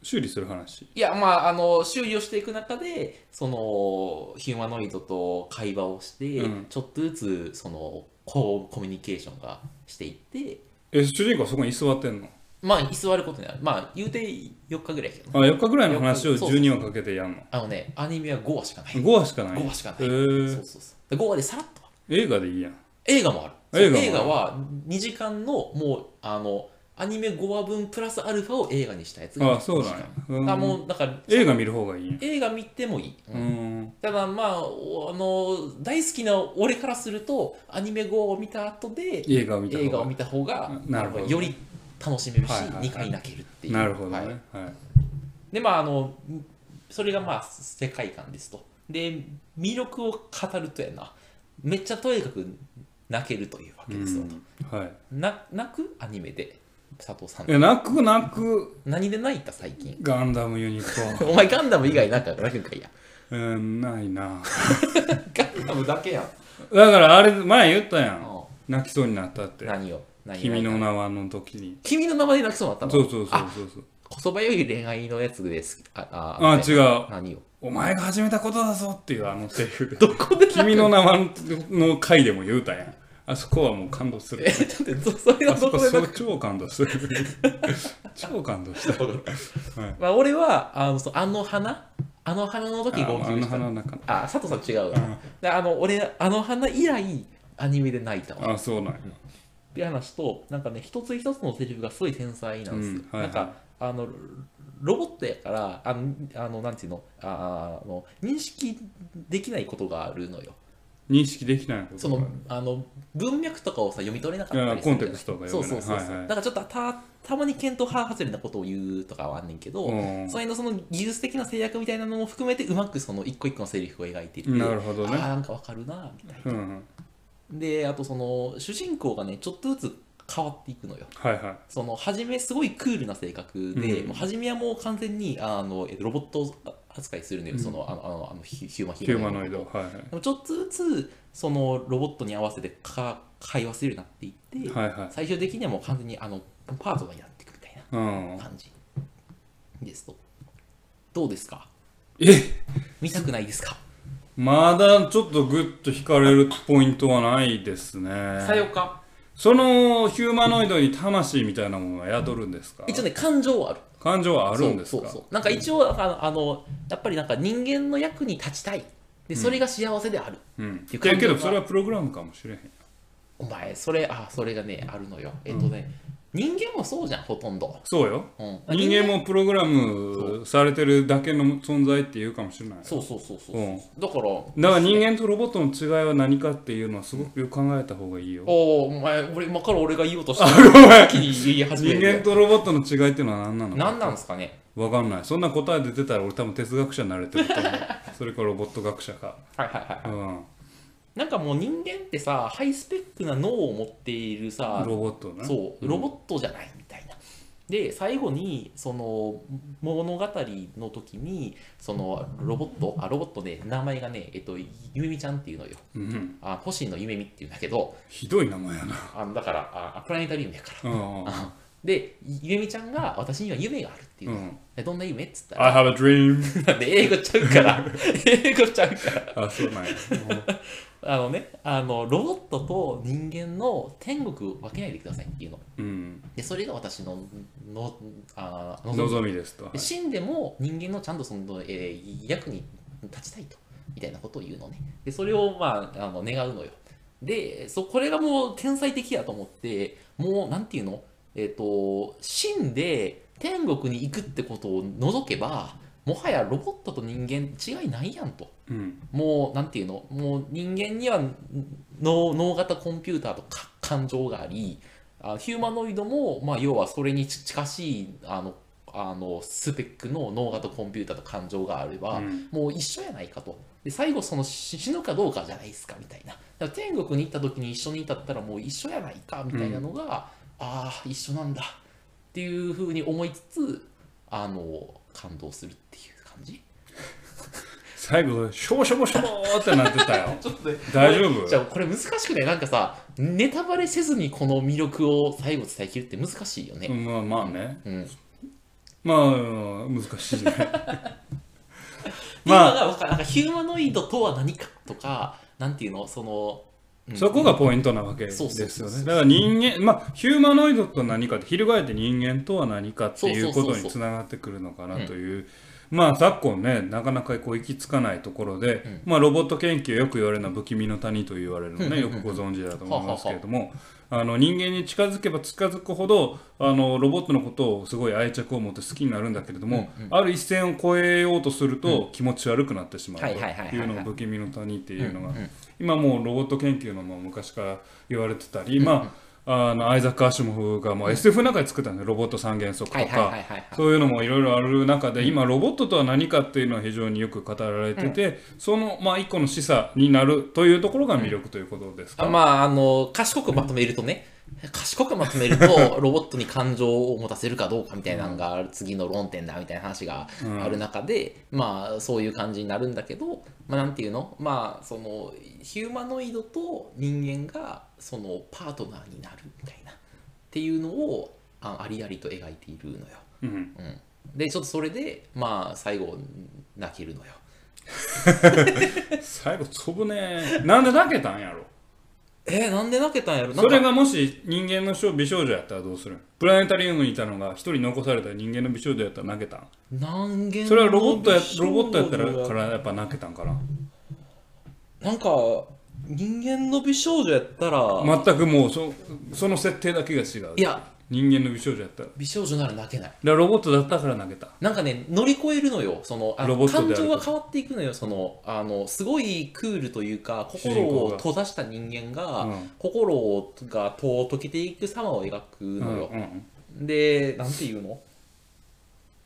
Speaker 1: 修理する話
Speaker 2: いや、まあ、あの、修理をしていく中で、その、ヒューマノイドと会話をして、
Speaker 1: うん
Speaker 2: ちょっとずつ、その、こう、コミュニケーションがしていって、
Speaker 1: え主人公はそこに居座ってんの
Speaker 2: まあ、居座ることになる。まあ、言うて4日ぐらいやけどね
Speaker 1: あ4日ぐらいの話を
Speaker 2: そうそう
Speaker 1: 12話かけてやんの
Speaker 2: あのね、アニメは5話しかない。
Speaker 1: 5話しかない
Speaker 2: 5話しかない。
Speaker 1: へ
Speaker 2: そ
Speaker 1: ー
Speaker 2: うそうそう。で5話でさらっとある。
Speaker 1: 映画でいいやん
Speaker 2: 映画もある。そう
Speaker 1: 映画もある
Speaker 2: 映画は2時間の、もう、あの、アニメ5話分プラスアルファを映画にしたやつが
Speaker 1: あそうなんやうん
Speaker 2: あ、もう、だから、
Speaker 1: 映画見る方がいいやん
Speaker 2: 映画見てもいい。うん
Speaker 1: うん
Speaker 2: ただまあおあの大好きな俺からするとアニメ5を見た後で
Speaker 1: 映画を見た
Speaker 2: 映
Speaker 1: 方
Speaker 2: 画を
Speaker 1: が
Speaker 2: 見た方が
Speaker 1: なるほど
Speaker 2: なんかより楽しめるし、
Speaker 1: はいはいはい
Speaker 2: 2回泣けるっていう
Speaker 1: なるほど
Speaker 2: はい
Speaker 1: ねはい
Speaker 2: でまああのそれがまあ世界観ですとで魅力を語るとやなめっちゃとにかく泣けるというわけですよ、
Speaker 1: うんはい
Speaker 2: な泣くアニメで佐藤さん
Speaker 1: え泣く泣く
Speaker 2: 何で泣いた最近
Speaker 1: ガンダムユニコーン
Speaker 2: お前ガンダム以外なんか泣くんかいや
Speaker 1: うんないな
Speaker 2: ガンダムだけやん
Speaker 1: だからあれ前言ったやん
Speaker 2: うん
Speaker 1: 泣きそうになったって
Speaker 2: 何を何を
Speaker 1: 君の名はの時に
Speaker 2: 君の名前で泣きそうになったの
Speaker 1: そうそうそう
Speaker 2: あ
Speaker 1: そうそう
Speaker 2: 言葉より恋愛のやつですああ
Speaker 1: あ違う
Speaker 2: 何を
Speaker 1: お前が始めたことだぞっていうあのセリフで
Speaker 2: どこで泣く
Speaker 1: 君の名はのの回でも言うたやんあそこはもう感動する
Speaker 2: え、だってそ、それは
Speaker 1: あ
Speaker 2: ど
Speaker 1: そ
Speaker 2: こ
Speaker 1: こ
Speaker 2: で
Speaker 1: そ
Speaker 2: な
Speaker 1: う
Speaker 2: く
Speaker 1: 超感動する 超感動 した、はい、
Speaker 2: まあ、俺は、あの、そのあの花あの花の時号
Speaker 1: ああ
Speaker 2: 泣
Speaker 1: の
Speaker 2: した。
Speaker 1: 花の中の
Speaker 2: あ佐藤さん違うわ
Speaker 1: うん
Speaker 2: であの、俺、あの花以来、アニメで泣いたわ。
Speaker 1: あそうなんや
Speaker 2: っていう話と、なんかね、一つ一つのセリフがすごい繊細なんですよ。
Speaker 1: うんはいはい
Speaker 2: なんか、あの、ロボットやから、あの、あのなんていうのああの、認識できないことがあるのよ。
Speaker 1: 認識できないこと
Speaker 2: そのあの文脈とかをさ読み取れなかったりす
Speaker 1: い
Speaker 2: る
Speaker 1: や
Speaker 2: んだ
Speaker 1: コン
Speaker 2: よね
Speaker 1: テクストが
Speaker 2: そう
Speaker 1: 読め
Speaker 2: そ
Speaker 1: な
Speaker 2: う
Speaker 1: い
Speaker 2: そうそう、
Speaker 1: はいはい
Speaker 2: だからちょっとたたまに見当派外れなことを言うとかはあんねんけど、
Speaker 1: うん
Speaker 2: その辺のその技術的な制約みたいなのも含めてうまくその一個一個のセリフを描いていて
Speaker 1: なるほどね
Speaker 2: あーなんかわかるなみたいな
Speaker 1: うんうん
Speaker 2: であとその主人公がねちょっとずつ変わっていくのよ
Speaker 1: はいはい
Speaker 2: その初めすごいクールな性格で、
Speaker 1: うん
Speaker 2: もう初めはもう完全にあのえっとロボット扱いするのよ、
Speaker 1: うん
Speaker 2: そのあのあのあのヒュヒューマンヒ
Speaker 1: ヒューマノイドはいはい
Speaker 2: でもちょっとずつそのロボットに合わせてか会話するようになっていって、
Speaker 1: はいはい
Speaker 2: 最終的にはもう完全にあのパートナーになっていくみたいうなん感じですとどうですか
Speaker 1: え
Speaker 2: 見たくないですか
Speaker 1: まだちょっとグッと惹かれるポイントはないです
Speaker 2: さよ
Speaker 1: ね
Speaker 2: か
Speaker 1: そのヒューマノイドに魂みたいなものが宿るんですか
Speaker 2: 一応ね感情はある
Speaker 1: 感情はあるんです
Speaker 2: そう
Speaker 1: か
Speaker 2: そうそうなんか一応あのあのやっぱりなんか人間の役に立ちたいでそれが幸せである、
Speaker 1: うん
Speaker 2: て
Speaker 1: い
Speaker 2: いう感
Speaker 1: や
Speaker 2: 情
Speaker 1: け
Speaker 2: が
Speaker 1: どそれはプログラムかもしれへん
Speaker 2: お前それあそれがねあるのよえっとね、人間もそうじゃんほとんど、
Speaker 1: そうよ
Speaker 2: うん、
Speaker 1: 人間もプログラムされてるだけの存在っていうかもしれない
Speaker 2: そうそうそうそう、
Speaker 1: うん
Speaker 2: だから
Speaker 1: だから人間とロボットの違いは何かっていうのはすごくよく考えた方がいいよ
Speaker 2: おお、お前、俺、今から俺が言お うとしたら、一気に言い始め
Speaker 1: 人
Speaker 2: る
Speaker 1: 間
Speaker 2: よ。
Speaker 1: とロボットの違いっていうのは何なの
Speaker 2: 何なんですかね
Speaker 1: わかんないそんな答え出てたら俺多分哲学者になれてると 思うそれかロボット学者か
Speaker 2: はいはいは
Speaker 1: うん
Speaker 2: い。なんかもう人間ってさ、ハイスペックな脳を持っているさ、
Speaker 1: ロボットね
Speaker 2: そう、
Speaker 1: ん
Speaker 2: ロボットじゃないみたいな。で、最後に、その、物語の時に、その、ロボット、あ、ロボットで、名前がね、えっと、ゆめみちゃんっていうのよ。
Speaker 1: うん
Speaker 2: あ、星野ゆめみっていうんだけど、
Speaker 1: ひどい名前やな
Speaker 2: あのだから、あ、プラネタリウムやから。
Speaker 1: うん
Speaker 2: で、ゆめみちゃんが、私には夢があるっていううの。
Speaker 1: ん
Speaker 2: でどんな夢っつったら、
Speaker 1: I have a dream
Speaker 2: なんで英語ちゃうから、英語ちゃうから。
Speaker 1: あそうなんや
Speaker 2: あのね、あの、ロボットと人間の天国を分けないでくださいっていうの。
Speaker 1: うん
Speaker 2: で、それが私の、の、あー望み
Speaker 1: 望みですとはい
Speaker 2: で死んでも人間のちゃんとその、えー役に立ちたいと、みたいなことを言うのね。で、それを、まあ、あの願うのよ。で、そ、これがもう天才的やと思って、もう、なんていうのえっ、と、死んで天国に行くってことを除けば、もはやロボットと人間違いないやんと。
Speaker 1: うん
Speaker 2: もうなんていうのもう人間にはん脳脳型コンピューターとか感情がありあヒューマノイドも、まあ、要はそれにち近しいあのあのスペックの脳型コンピューターと感情があれ
Speaker 1: う
Speaker 2: ば、
Speaker 1: ん
Speaker 2: もう一緒やないかとで最後その死死ぬかどうかじゃないですかみたいなだから天国に行った時に一緒にいたったらもう一緒やないかみたいなのが、ああー一緒なんだっていうふうに思いつつあの感動するっていう感じ
Speaker 1: 最後しょぼしょぼしょぼーってなってたよ
Speaker 2: ちょっと
Speaker 1: 大丈夫
Speaker 2: じゃあこれ難しくないなんかさネタバレせずにこの魅力を最後伝えきるって難しいよ
Speaker 1: う
Speaker 2: ね、
Speaker 1: んまあまあね
Speaker 2: うん
Speaker 1: まあ難し いね
Speaker 2: ま
Speaker 1: ま
Speaker 2: あ
Speaker 1: あ
Speaker 2: が分かるなんかヒューマノイドとは何かとかなんていうのその、うん
Speaker 1: そこがポイントなわけです
Speaker 2: そうそうそ
Speaker 1: よ
Speaker 2: うそう
Speaker 1: ね。だから人間、まあ、ヒューマノイドとは何かって、翻って人間とは何かっていうこと
Speaker 2: そうそうそうそ
Speaker 1: に
Speaker 2: う
Speaker 1: つながってくるのかなという、まあ、昨今ね、なかなかこう行き着かないところで、
Speaker 2: うん
Speaker 1: まあ、ロボット研究、よく言われるのは不気味の谷と言われるの
Speaker 2: うんうん
Speaker 1: ね、
Speaker 2: うん
Speaker 1: よくご存知だと思いますけれども、あの人間に近づけば近づくほどあのロボットのことをすごい愛着を持って好きになるんだけれども、
Speaker 2: うんう
Speaker 1: ある一線を越えようとすると気持ち悪くなってしまうと
Speaker 2: はいはいはいはいはい
Speaker 1: いうのが不気味の谷っていうのが
Speaker 2: んん
Speaker 1: 今もうロボット研究のもう昔から言われてたり、まあ、あのアイザック・アシュモフがもう SF の中で作ったんで、ロボット三原則とか、
Speaker 2: はいはいはいはいはい
Speaker 1: そういうのもいろいろある中で、今ロボットとは何かっていうのは非常によく語られてて、その、まあ、一個の示唆になるというところが魅力ということですか。
Speaker 2: あまああの賢くまとめるとね賢くまとめ るとロボットに感情を持たせるかどうかみたいなのが次の論点だみたいな話がある中で、まあそういう感じになるんだけど、まあ、なんていうのまあそのヒューマノイドと人間がそのパートナーになるみたいなっていうのをあありありと描いているのよ。
Speaker 1: うん
Speaker 2: うん、でちょっとそれでまあ最後泣けるのよ。
Speaker 1: 最後飛ぶね。なんで泣けたんやろ
Speaker 2: えー、なんで泣けたんやろなん
Speaker 1: そ
Speaker 2: か
Speaker 1: れがもし人間の美少女やったらどうするんプラネタリウムにいたのが一人残された人間の美少女やったら泣けたん
Speaker 2: 何件
Speaker 1: それはロボットや
Speaker 2: の美少
Speaker 1: ロ
Speaker 2: 女
Speaker 1: ボットやったらからやっぱ泣けたんかな
Speaker 2: なんか人間の美少女やったら、
Speaker 1: 全くもうそその設定だけが違う
Speaker 2: いや
Speaker 1: 人間の美少女やったらだか
Speaker 2: 美少女なら泣けない
Speaker 1: らロボットだったから投げた
Speaker 2: なんかね乗り越えるのよそのあ
Speaker 1: ロボットであ
Speaker 2: 感
Speaker 1: ると
Speaker 2: 情が変わっていくのよそのあのすごいクールというか
Speaker 1: 主
Speaker 2: 心
Speaker 1: 人公
Speaker 2: を
Speaker 1: が
Speaker 2: 閉ざした人間が、
Speaker 1: うん
Speaker 2: 心が解けていく様を描く
Speaker 1: う
Speaker 2: の
Speaker 1: ん
Speaker 2: よ、
Speaker 1: うん
Speaker 2: でなんていうの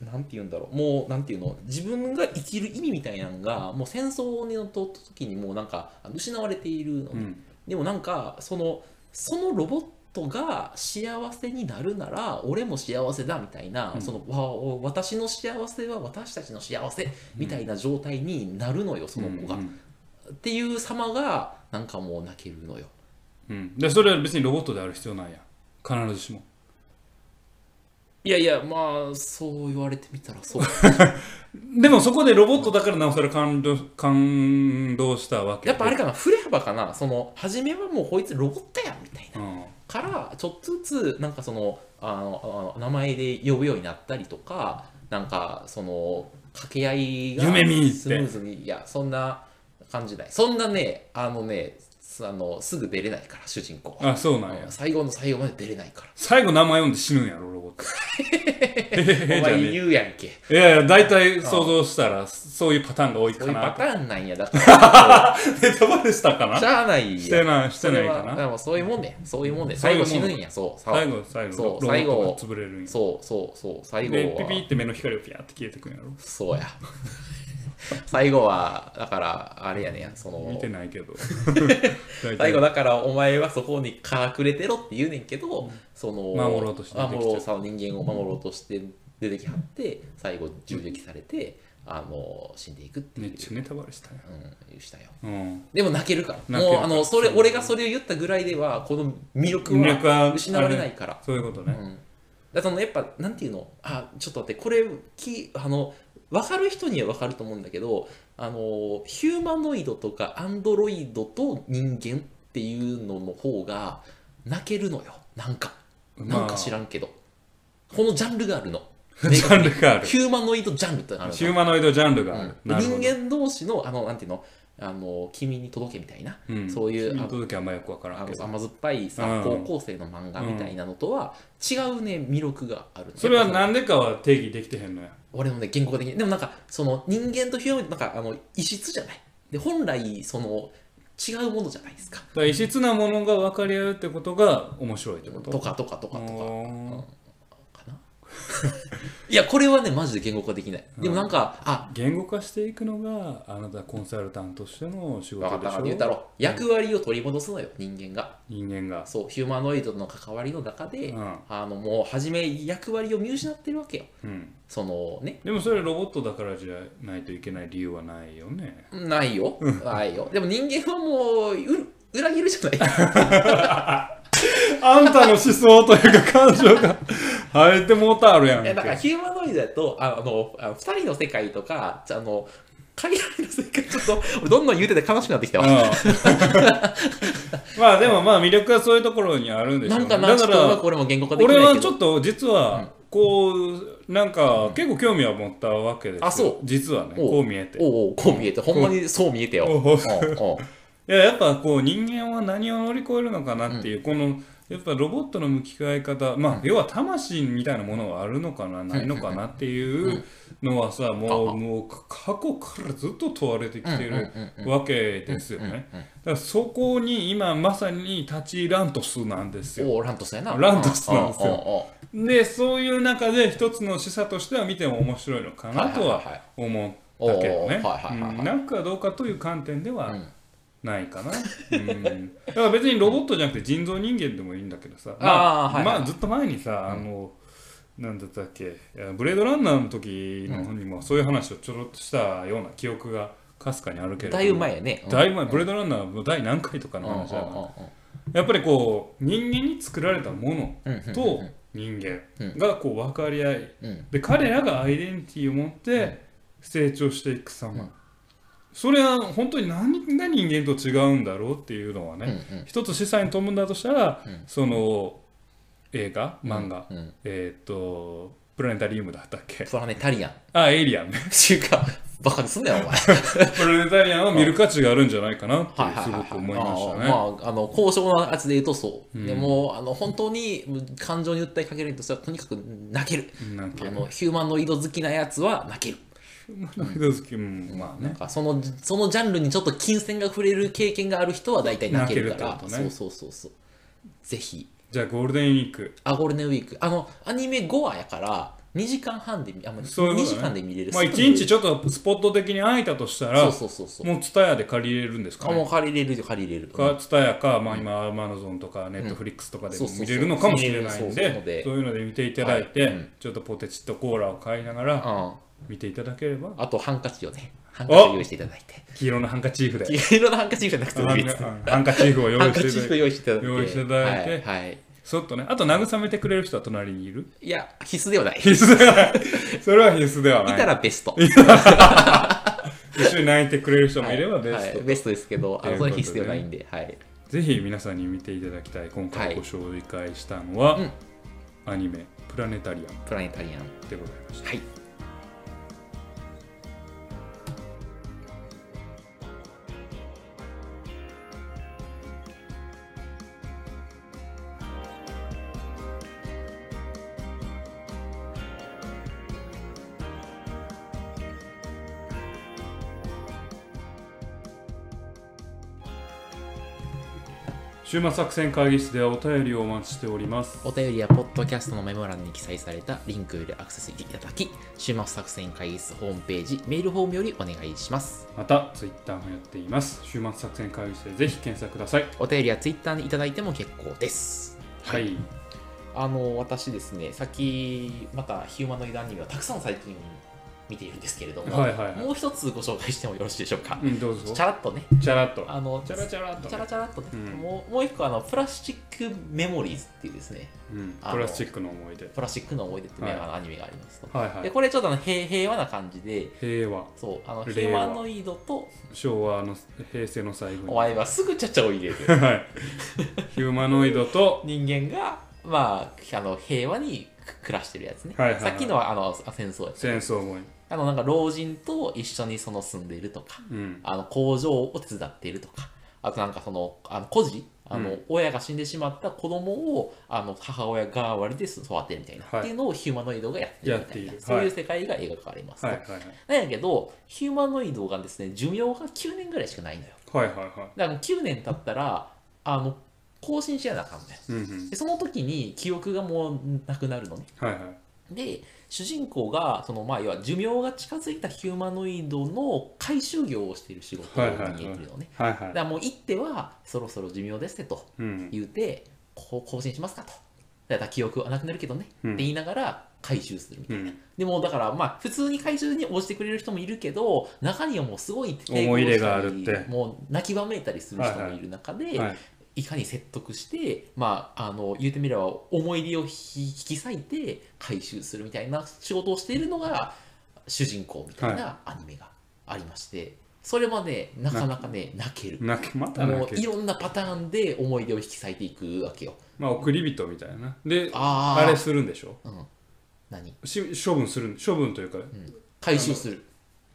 Speaker 2: なんて言うんだろうもうなんていうの自分が生きる意味みたいなのがもう戦争にのとった時にもうなんか失われているの、
Speaker 1: うん
Speaker 2: でもなんかそのそのロボットが幸せになるなら俺も幸せだみたいな、
Speaker 1: うん
Speaker 2: そのわ私の幸せは私たちの幸せみたいな状態になるのよその子が、
Speaker 1: う
Speaker 2: っ
Speaker 1: ん
Speaker 2: ていう様がなんかもう泣けるのよ
Speaker 1: うんでそれは別にロボットである必要ないや必ずしも
Speaker 2: いやいやまあそう言われてみたらそう
Speaker 1: でもそこでロボットだからなおさら感動感動したわけ
Speaker 2: やっぱあれかな振れ幅かなその初めはもうこいつロボットやみたいな
Speaker 1: うん
Speaker 2: からちょっとずつなんかそのあのあの名前で呼ぶようになったりとかなんかその掛け合いが
Speaker 1: 夢見って
Speaker 2: スムーズにいやそんな感じないそんなねあのねすあのすぐ出れないから主人公は
Speaker 1: あそうなんや
Speaker 2: 最後の最後まで出れないから
Speaker 1: 最後名前読んで死ぬんやろロ ボットへへへへ じ
Speaker 2: お
Speaker 1: ゃ
Speaker 2: 前
Speaker 1: ね
Speaker 2: 言うやんけ
Speaker 1: えいやいや大体想像したらそういうパターンが多い
Speaker 2: こ
Speaker 1: か
Speaker 2: ういうパ
Speaker 1: な
Speaker 2: ターンなんやだから
Speaker 1: ネタバレしたか
Speaker 2: し
Speaker 1: な
Speaker 2: ゃあない や
Speaker 1: してないして
Speaker 2: そ
Speaker 1: ない
Speaker 2: れ
Speaker 1: か
Speaker 2: は
Speaker 1: な
Speaker 2: でもそういうもんねそういうもんね
Speaker 1: そうい
Speaker 2: 最
Speaker 1: うも
Speaker 2: 後
Speaker 1: ん
Speaker 2: 死ぬんやそうさ
Speaker 1: 最後最後
Speaker 2: そう
Speaker 1: ロボッ
Speaker 2: 最
Speaker 1: トが
Speaker 2: 後
Speaker 1: 潰れるんや
Speaker 2: そうそうそう最後
Speaker 1: でピピ
Speaker 2: は
Speaker 1: って目の光がピヤって消えてくんやろ
Speaker 2: そうや 最後はだからあれやねんその
Speaker 1: 見てないけ ど
Speaker 2: 最後だからお前はそこに隠れてろって言うねんけど、その
Speaker 1: 守ろうとして出てきちゃう
Speaker 2: 守ろうさ人間を守ろうとして出てきはって最後銃撃されて、あの死んでいくってい
Speaker 1: め
Speaker 2: う
Speaker 1: っちゃネタバレしたや
Speaker 2: うんしたよ
Speaker 1: んうん
Speaker 2: でも泣けるから
Speaker 1: 泣ける
Speaker 2: も
Speaker 1: か
Speaker 2: う
Speaker 1: ら
Speaker 2: あのそれ俺がそれを言ったぐらいではこの魅力
Speaker 1: 魅力は
Speaker 2: は失われないから
Speaker 1: そういうことね
Speaker 2: うん、だからそのやっぱなんていうのあちょっと待ってこれきあの分かる人には分かると思うんだけどあのヒューマノイドとかアンドロイドと人間っていうのの方が泣けるのよなんかなんか知らんけど、このジャンルがあるの
Speaker 1: ジャンルがある
Speaker 2: ヒューマノイドジャンルってあるの
Speaker 1: ヒューマノイドジャンルがある
Speaker 2: う
Speaker 1: なんるほど
Speaker 2: 人間同士のあのなんていうのあの君に届けみたいな、
Speaker 1: うん
Speaker 2: そういう
Speaker 1: 君
Speaker 2: あ
Speaker 1: の届きはあんまよくわから
Speaker 2: あ
Speaker 1: んけ
Speaker 2: の
Speaker 1: ど
Speaker 2: 甘酸っぱいさ、
Speaker 1: うん
Speaker 2: 高校生の漫画みたいなのとは違うね魅力があるの
Speaker 1: それは
Speaker 2: やっぱ
Speaker 1: なんでかは定義できてへんのや
Speaker 2: 俺もね言語化的にでもなんかその人間とヒューマンなんかあの異質じゃないで本来その違うものじゃないですか
Speaker 1: だから異質なものが分かり合うってことが面白いってこと
Speaker 2: とかとかとかとか
Speaker 1: うん
Speaker 2: かな いやこれはねマジで言語化できないでもなんかあ
Speaker 1: 言語化していくのがあなたコンサルタントとしての仕
Speaker 2: 分か
Speaker 1: 事
Speaker 2: っ
Speaker 1: で
Speaker 2: た
Speaker 1: し
Speaker 2: な
Speaker 1: ょ
Speaker 2: って言うたろ役割を取り戻すのよ人間が
Speaker 1: 人間が
Speaker 2: そうヒューマノイドの関わりの中で、
Speaker 1: うん
Speaker 2: あのもう初め役割を見失ってるわけよ
Speaker 1: うん
Speaker 2: そのね
Speaker 1: でもそれロボットだからじゃないといけない理由はないよね
Speaker 2: ないよ。ないよ。でも人間はもう、う裏切るじゃない。
Speaker 1: あんたの思想というか感情が生えてもうたあるやん
Speaker 2: いやだから
Speaker 1: け。
Speaker 2: ヒューマノイドだと、ああの、あの二人の世界とか、あの、限られる世界、ちょっと、俺どんどん言うてて悲しくなってきた
Speaker 1: うん
Speaker 2: わ。
Speaker 1: まあでもまあ魅力はそういうところにあるんでしょ
Speaker 2: な
Speaker 1: うね
Speaker 2: んかな、ち
Speaker 1: だ
Speaker 2: ょっ
Speaker 1: か
Speaker 2: とうまく
Speaker 1: ら
Speaker 2: 俺も言語化できない
Speaker 1: 俺
Speaker 2: けど。
Speaker 1: はちょっと実はこうなんか結構興味は持ったわけですよ
Speaker 2: あそう
Speaker 1: 実はね
Speaker 2: おう
Speaker 1: こう見えてい
Speaker 2: おうおうこう見えて、ほんまにそう見えてよ。
Speaker 1: おう
Speaker 2: おうおう
Speaker 1: ややっぱこう人間は何を乗り越えるのかなっていう、このやっぱロボットの向き合い方まあ、要は魂みたいなものはあるのかなないのかなっていうのはさもうもう過去からずっと問われてきてるわけですよね。だからそこに今まさに立ち入らんとすなんですよ。
Speaker 2: おうラントスやな。
Speaker 1: ラントスなんですよ
Speaker 2: おうおうおう
Speaker 1: でそういう中で一つの示唆としては見ても面白いのかなと
Speaker 2: はいはいはいは
Speaker 1: はい思ったけどね
Speaker 2: おーはいはいはいはい
Speaker 1: うんなんかどうかという観点では
Speaker 2: うん
Speaker 1: ないかな、うん、だから別にロボットじゃなくて人造人間でもいいんだけどさ、ま
Speaker 2: あーはいはい
Speaker 1: まあずっと前にさあの、なんだったっけいやブレードランナーの時の方にもそういう話をちょろっとしたような記憶がかすかにあるけれど
Speaker 2: だいぶ前やね。うん
Speaker 1: だいぶ前ブレードランナーの第何回とかの話だからやっぱりこう人間に作られたもの
Speaker 2: うんうんうん
Speaker 1: と人間がこう分かり合い
Speaker 2: うん
Speaker 1: で彼らがアイデンティティを持って成長していく様それは本当に何が人間と違うんだろうっていうのはね、
Speaker 2: うんうん
Speaker 1: 一つ示唆に富んだとしたら、
Speaker 2: うん
Speaker 1: その映画漫画、
Speaker 2: うん
Speaker 1: えーっとプラネタリウムだったっけ
Speaker 2: プラネタリアン。
Speaker 1: あエイリアン ね
Speaker 2: っていうか、バカにすんなよ、お前。
Speaker 1: プラネタリアンを見る価値があるんじゃないかなって
Speaker 2: はいはい
Speaker 1: す
Speaker 2: はい
Speaker 1: ごく思いました
Speaker 2: あ
Speaker 1: ね。
Speaker 2: ーまあ、あの高尚なやつで言うとそう、
Speaker 1: うん
Speaker 2: でもあの本当に感情に訴えかけるとしたらとにかく泣ける
Speaker 1: なんか
Speaker 2: あのヒューマノイド好きなやつは泣ける
Speaker 1: マイド好きうんまあ
Speaker 2: なん
Speaker 1: ね
Speaker 2: かそのそのジャンルにちょっと金銭が触れる経験がある人は大体泣けるから
Speaker 1: 泣けるってことね
Speaker 2: そうそうそうそうぜひ
Speaker 1: じゃあゴールデンウィーク
Speaker 2: あゴールデンウィークあのアニメ5話やから2時間半で見あ、まあ
Speaker 1: そういうこ
Speaker 2: 2
Speaker 1: とね
Speaker 2: 時間で見れる
Speaker 1: まあ
Speaker 2: すぐ
Speaker 1: 一日ちょっとスポット的に空いたとしたら
Speaker 2: そうそうそうそう
Speaker 1: もうツタヤで借りれるんですか
Speaker 2: あも
Speaker 1: ね
Speaker 2: う借りれる借りれる
Speaker 1: かツタヤか、まあ、今アマゾンとかネットフリックスとかでも見れるのかもしれないん
Speaker 2: そうそうそうそうそうそうで
Speaker 1: でそういうので見ていただいて、
Speaker 2: はいうん
Speaker 1: ちょっとポテチとコーラを買いなが
Speaker 2: う
Speaker 1: ら
Speaker 2: ん
Speaker 1: 見ていただければ
Speaker 2: あとハンカチをねハンカチを用意していただいて
Speaker 1: 黄色のハンカチーフで
Speaker 2: 黄色のハンカチーフじゃなくて
Speaker 1: ハ
Speaker 2: もいい
Speaker 1: ン
Speaker 2: で
Speaker 1: カ
Speaker 2: す。
Speaker 1: ハンカチーフを用
Speaker 2: ハン
Speaker 1: 意
Speaker 2: カチ
Speaker 1: していただいて
Speaker 2: ーフ用意していただいて。
Speaker 1: 用意していただいて
Speaker 2: はい。はい、
Speaker 1: そっとねあと慰めてくれる人は隣にいる
Speaker 2: いや、必須ではない。い
Speaker 1: 必須ではないそれは必須では
Speaker 2: た
Speaker 1: ない
Speaker 2: らベスト。
Speaker 1: 一緒に泣いてくれる人もいればベ
Speaker 2: は
Speaker 1: スト、
Speaker 2: いベストですけど、あのそ
Speaker 1: と
Speaker 2: れ
Speaker 1: いうことで
Speaker 2: 必須ではないんで。はい。
Speaker 1: ぜひ皆さんに見ていただきたい今
Speaker 2: は
Speaker 1: 回
Speaker 2: い
Speaker 1: ご紹介したのは、
Speaker 2: うん
Speaker 1: アニメ「プラネタリアン
Speaker 2: プラネタリアン。」
Speaker 1: でございました
Speaker 2: はい。
Speaker 1: 週末作戦会議室ではお便りをお待ちしております
Speaker 2: お便りやポッドキャストのメモ欄に記載されたリンクよりアクセスいただき、週末作戦会議室ホームページ、メールフォームよりお願いします。
Speaker 1: またツイッターもやっています週末作戦会議室でぜひ検索ください
Speaker 2: お便りやツイッターにいただいても結構です。
Speaker 1: はい、
Speaker 2: あの私ですね、さっきまたヒューマノイドアニメをたくさん最近見ているんですけれども、
Speaker 1: はいはいはい
Speaker 2: もう一つご紹介してもよろしいでしょうか。
Speaker 1: うんどうぞ
Speaker 2: チャラッとね、
Speaker 1: チャラッと
Speaker 2: あの
Speaker 1: チャラチャラっと
Speaker 2: チャラチャラっとね、
Speaker 1: うん
Speaker 2: もうもう一個あの、プラスチックメモリーズっていうですね、
Speaker 1: うん
Speaker 2: あの
Speaker 1: プラスチックの思い出
Speaker 2: プラスチックの思い出っていう
Speaker 1: はい
Speaker 2: あのアニメがありますと。
Speaker 1: はいは
Speaker 2: で
Speaker 1: い
Speaker 2: これちょっとあの平平和な感じで、
Speaker 1: 平和
Speaker 2: そうあのヒ
Speaker 1: 令和
Speaker 2: ューマノイドと、
Speaker 1: 昭和の平成の最後に
Speaker 2: お前はすぐちゃちゃを入れる
Speaker 1: はいヒューマノイドと
Speaker 2: 人間が、まあ、あの平和に暮らしてるやつね。
Speaker 1: はいはいはい
Speaker 2: さっきのはあのあ戦争やつ
Speaker 1: 戦争思い、
Speaker 2: あのなんか老人と一緒にその住んでいるとか、
Speaker 1: うん、
Speaker 2: あの工場を手伝っているとか、あとなんかそのあの孤児、あの
Speaker 1: う
Speaker 2: 親が死んでしまった子供をあの母親代わりで育てるみたいな、
Speaker 1: はい
Speaker 2: っていうのをヒューマノイドがやってるみたい
Speaker 1: やってい
Speaker 2: な、
Speaker 1: る
Speaker 2: そうい
Speaker 1: は
Speaker 2: う
Speaker 1: い
Speaker 2: 世界が描かれますと、
Speaker 1: はいはいはい
Speaker 2: なんやけど、ヒューマノイドがですね寿命が9年ぐらいしかないのよ。
Speaker 1: はいはいは
Speaker 2: だから9年経ったらあの更新しやなあかんの
Speaker 1: い
Speaker 2: よ。
Speaker 1: うんうん
Speaker 2: でその時に記憶がもうなくなるのね。
Speaker 1: はいはい
Speaker 2: で主人公がそのまあ要は寿命が近づいたヒューマノイドの回収業をしている仕事に見えてるのね、
Speaker 1: はい
Speaker 2: だ
Speaker 1: は
Speaker 2: か
Speaker 1: い
Speaker 2: らもう行ってはそろそろ寿命ですねと
Speaker 1: うん
Speaker 2: 言うてこう更新しますかとだから記憶はなくなるけどね、
Speaker 1: うん
Speaker 2: って言いながら回収するみたいな、
Speaker 1: うん
Speaker 2: でもだからまあ普通に回収に応じてくれる人もいるけど中にはもうすごい抵抗したり
Speaker 1: 思い入れがあるって
Speaker 2: もう泣きわめいたりする人もいる中で、
Speaker 1: はい
Speaker 2: いかに説得して、まあ、あの言うてみれば思い入れをひ引き裂いて回収するみたいな仕事をしているのが主人公みたいなアニメがありまして、それはねなかなかね泣ける。
Speaker 1: 泣けまた
Speaker 2: も
Speaker 1: 泣
Speaker 2: う
Speaker 1: け
Speaker 2: い
Speaker 1: る
Speaker 2: ろんなパターンで思い出を引き裂いていくわけよ。
Speaker 1: まあ送り人みたいなであ
Speaker 2: ああ
Speaker 1: れするんでしょ
Speaker 2: うん、何
Speaker 1: し処分する処分というか
Speaker 2: 回収する。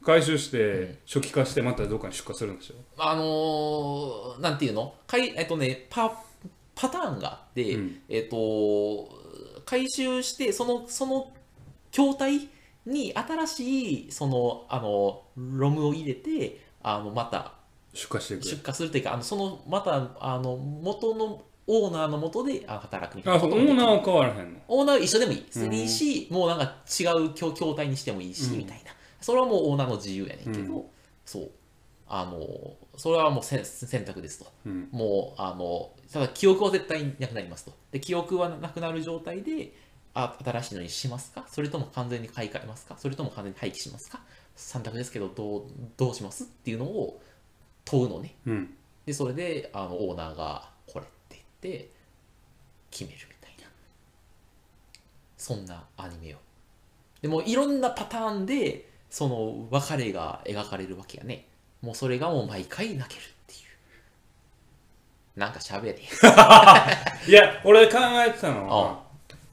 Speaker 1: 回収して初期化してまたどっかに出荷するんでしょ
Speaker 2: あのーなんていうのかい、えっとね、パパターンがあって、
Speaker 1: うん
Speaker 2: えっと、回収してそのその筐体に新しいそのあのロムを入れてあのまた
Speaker 1: 出荷していく
Speaker 2: 出荷するというかあのそのまたあの元のオーナーの元であ働くみたい
Speaker 1: あ
Speaker 2: な
Speaker 1: そう
Speaker 2: こと
Speaker 1: オ
Speaker 2: もでき
Speaker 1: ー
Speaker 2: る
Speaker 1: ナーは変わらへんの
Speaker 2: オーナーは一緒でもいいです
Speaker 1: うん
Speaker 2: いいし、もうなんか違う筐筐体にしてもいいし、
Speaker 1: うん
Speaker 2: みたいなそれはもうオーナーの自由やねんけど、
Speaker 1: う
Speaker 2: そうあのそれはもうせん選択ですと
Speaker 1: うん
Speaker 2: もうあのただ記憶は絶対になくなりますとで記憶はなくなる状態であ新しいのにしますかそれとも完全に買い替えますかそれとも完全に廃棄しますか3択ですけどどうどうしますっていうのを問うのね
Speaker 1: うん
Speaker 2: でそれであのオーナーがこれって言って決めるみたいなそんなアニメをでもういろんなパターンでその別れが描かれるわけやねもうそれがもう毎回泣けるっていうなんか喋れ
Speaker 1: いや俺考えてたのは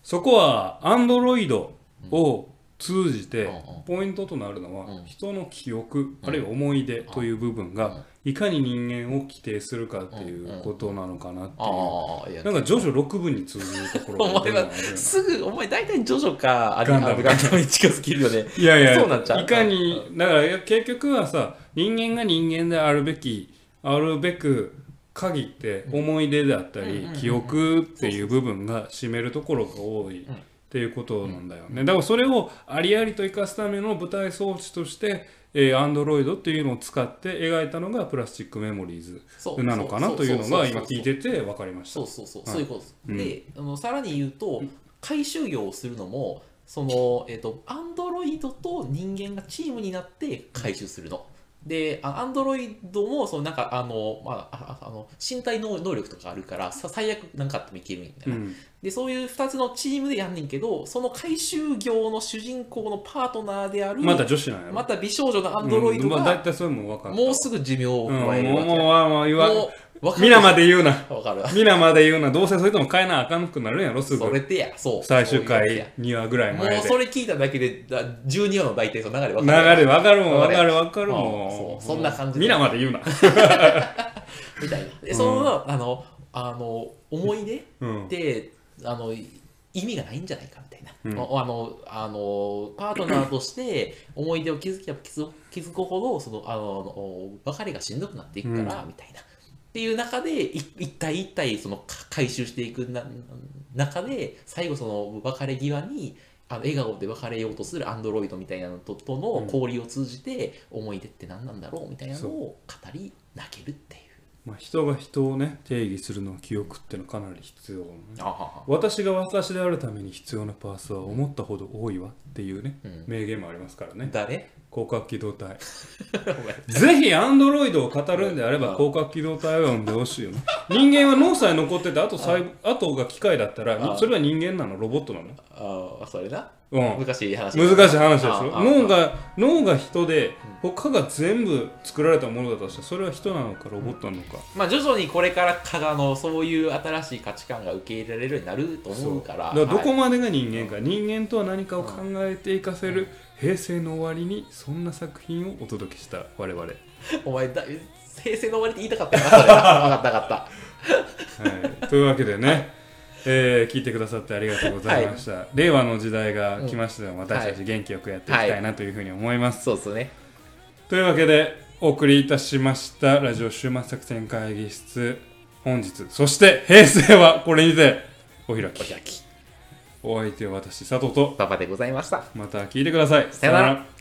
Speaker 1: そこはアンドロイドを通じて
Speaker 2: うんうん
Speaker 1: ポイントとなるの
Speaker 2: う
Speaker 1: は
Speaker 2: ん
Speaker 1: 人の記憶あるいは思い出という部分がいかに人間を規定するかっていうことなのかなっていう
Speaker 2: ああいや
Speaker 1: なんか徐々6分に通じるところが
Speaker 2: お
Speaker 1: 出
Speaker 2: 前
Speaker 1: るの
Speaker 2: は
Speaker 1: があるよね
Speaker 2: すぐお前大体ジョジョかアリ
Speaker 1: ガ
Speaker 2: ア
Speaker 1: ンダム
Speaker 2: ンガンダムに近づけるよね
Speaker 1: いやいや、
Speaker 2: そうなっちゃう
Speaker 1: いかに、だからいや結局はさ、人間が人間であるべき、あるべく限って思い出であった
Speaker 2: うんうん
Speaker 1: り
Speaker 2: うんう、ん
Speaker 1: 記憶っていう部分が占めるところが多いっていうことなんだよね。だからそれをありありと生かすための舞台装置として、えー、アンドロイドっていうのを使って描いたのがプラスチックメモリーズ
Speaker 2: そう
Speaker 1: なのかなというのが今聞い
Speaker 2: る
Speaker 1: てて分かりました
Speaker 2: そう。そうそう
Speaker 1: はい
Speaker 2: そういうことです、
Speaker 1: うん
Speaker 2: であのさらに言うと回収業をするのもそのえっ、とアンドロイドと人間がチームになって回収するのでアンドロイドもそのなんかあの、まあ、ああの身体能能力とかあるからさ最悪何かあってもいけるみたいな、
Speaker 1: うん、
Speaker 2: でそういう2つのチームでやんねんけどその回収業の主人公のパートナーである
Speaker 1: まだ女子なんやろ
Speaker 2: また美少女のアンドロイド
Speaker 1: うんまあ
Speaker 2: が
Speaker 1: 大体それも分かる。
Speaker 2: もうすぐ寿命
Speaker 1: う
Speaker 2: を
Speaker 1: ん、
Speaker 2: 加える
Speaker 1: も
Speaker 2: わ
Speaker 1: う、
Speaker 2: け
Speaker 1: もう、
Speaker 2: だ
Speaker 1: わもう言わん、
Speaker 2: もうわかる
Speaker 1: 皆まで言うな。
Speaker 2: わかる
Speaker 1: 皆まで言うな。どうせそれとも変えなあかんくなるんやろ、す
Speaker 2: そ
Speaker 1: ぐ。
Speaker 2: れでやそう
Speaker 1: 最終
Speaker 2: そういうや
Speaker 1: 回2話ぐらい
Speaker 2: つやも
Speaker 1: 前
Speaker 2: う
Speaker 1: で。
Speaker 2: それ聞いただけでだ12話の大体その流れわ
Speaker 1: 流
Speaker 2: かる
Speaker 1: れわかるもん、わ
Speaker 2: わかる
Speaker 1: かるわかる
Speaker 2: うん
Speaker 1: もん。
Speaker 2: そうそんな感じで
Speaker 1: 皆まで言うな。
Speaker 2: みたいなでその、あのあの思い出
Speaker 1: うん。
Speaker 2: であのい意味がないんじゃないかみたいな、
Speaker 1: うん
Speaker 2: ああのあのパートナーとして思い出を築けば築築くほどそのあのお別れがしんどくなっていくから、みたいな。っていう中でい一体一体そのか回収していくな中で最後その別れ際にあの笑顔で別れようとするアンドロイドみたいなのととの交流を通じて思い出って何なんだろうみたいなのを語り泣けるっていう。
Speaker 1: まあ、人が人をね、定義するのは記憶ってのはかなり必要、ね。
Speaker 2: あはは
Speaker 1: 私が私であるために必要なパースは思ったほど多いわっていうね、
Speaker 2: うん
Speaker 1: 名言もありますからね。
Speaker 2: 誰
Speaker 1: 広角機動隊。
Speaker 2: お前
Speaker 1: ぜひアンドロイドを語るんであれば
Speaker 2: うん
Speaker 1: 広角機動隊を読んでほしいよね。人間は脳さえ残っててあと細胞あとが機械だった
Speaker 2: う
Speaker 1: ら
Speaker 2: ん
Speaker 1: それは人間なのロボットなの
Speaker 2: ああそれな
Speaker 1: うん
Speaker 2: 難しい話
Speaker 1: 難しい話ですよ
Speaker 2: あああ
Speaker 1: 脳が脳が人で他が全部作られたものだとしたらそれは人なのかロボットなのか
Speaker 2: まあ徐々にこれから加賀のそういう新しい価値観が受け入れられるようになると思うから
Speaker 1: だからど
Speaker 2: は
Speaker 1: こまでが人間か人間とは何かを考えていかせる平成の終わりにそんな作品をお届けした我々はい
Speaker 2: いお前だ平成の終わりって言いたかったなそ れ分かった分かった
Speaker 1: というわけでねえー聞いてくださってありがとうございました、令和の時代が来ましたよ、私たち元気よくやっていきたいなというふうに思います、
Speaker 2: そうですね
Speaker 1: というわけでお送りいたしましたラジオ終末作戦会議室本日そして平成はこれにてお開
Speaker 2: お
Speaker 1: き
Speaker 2: 開き
Speaker 1: お相手は私佐藤と
Speaker 2: パパでございました
Speaker 1: また聞いてください
Speaker 2: さよなら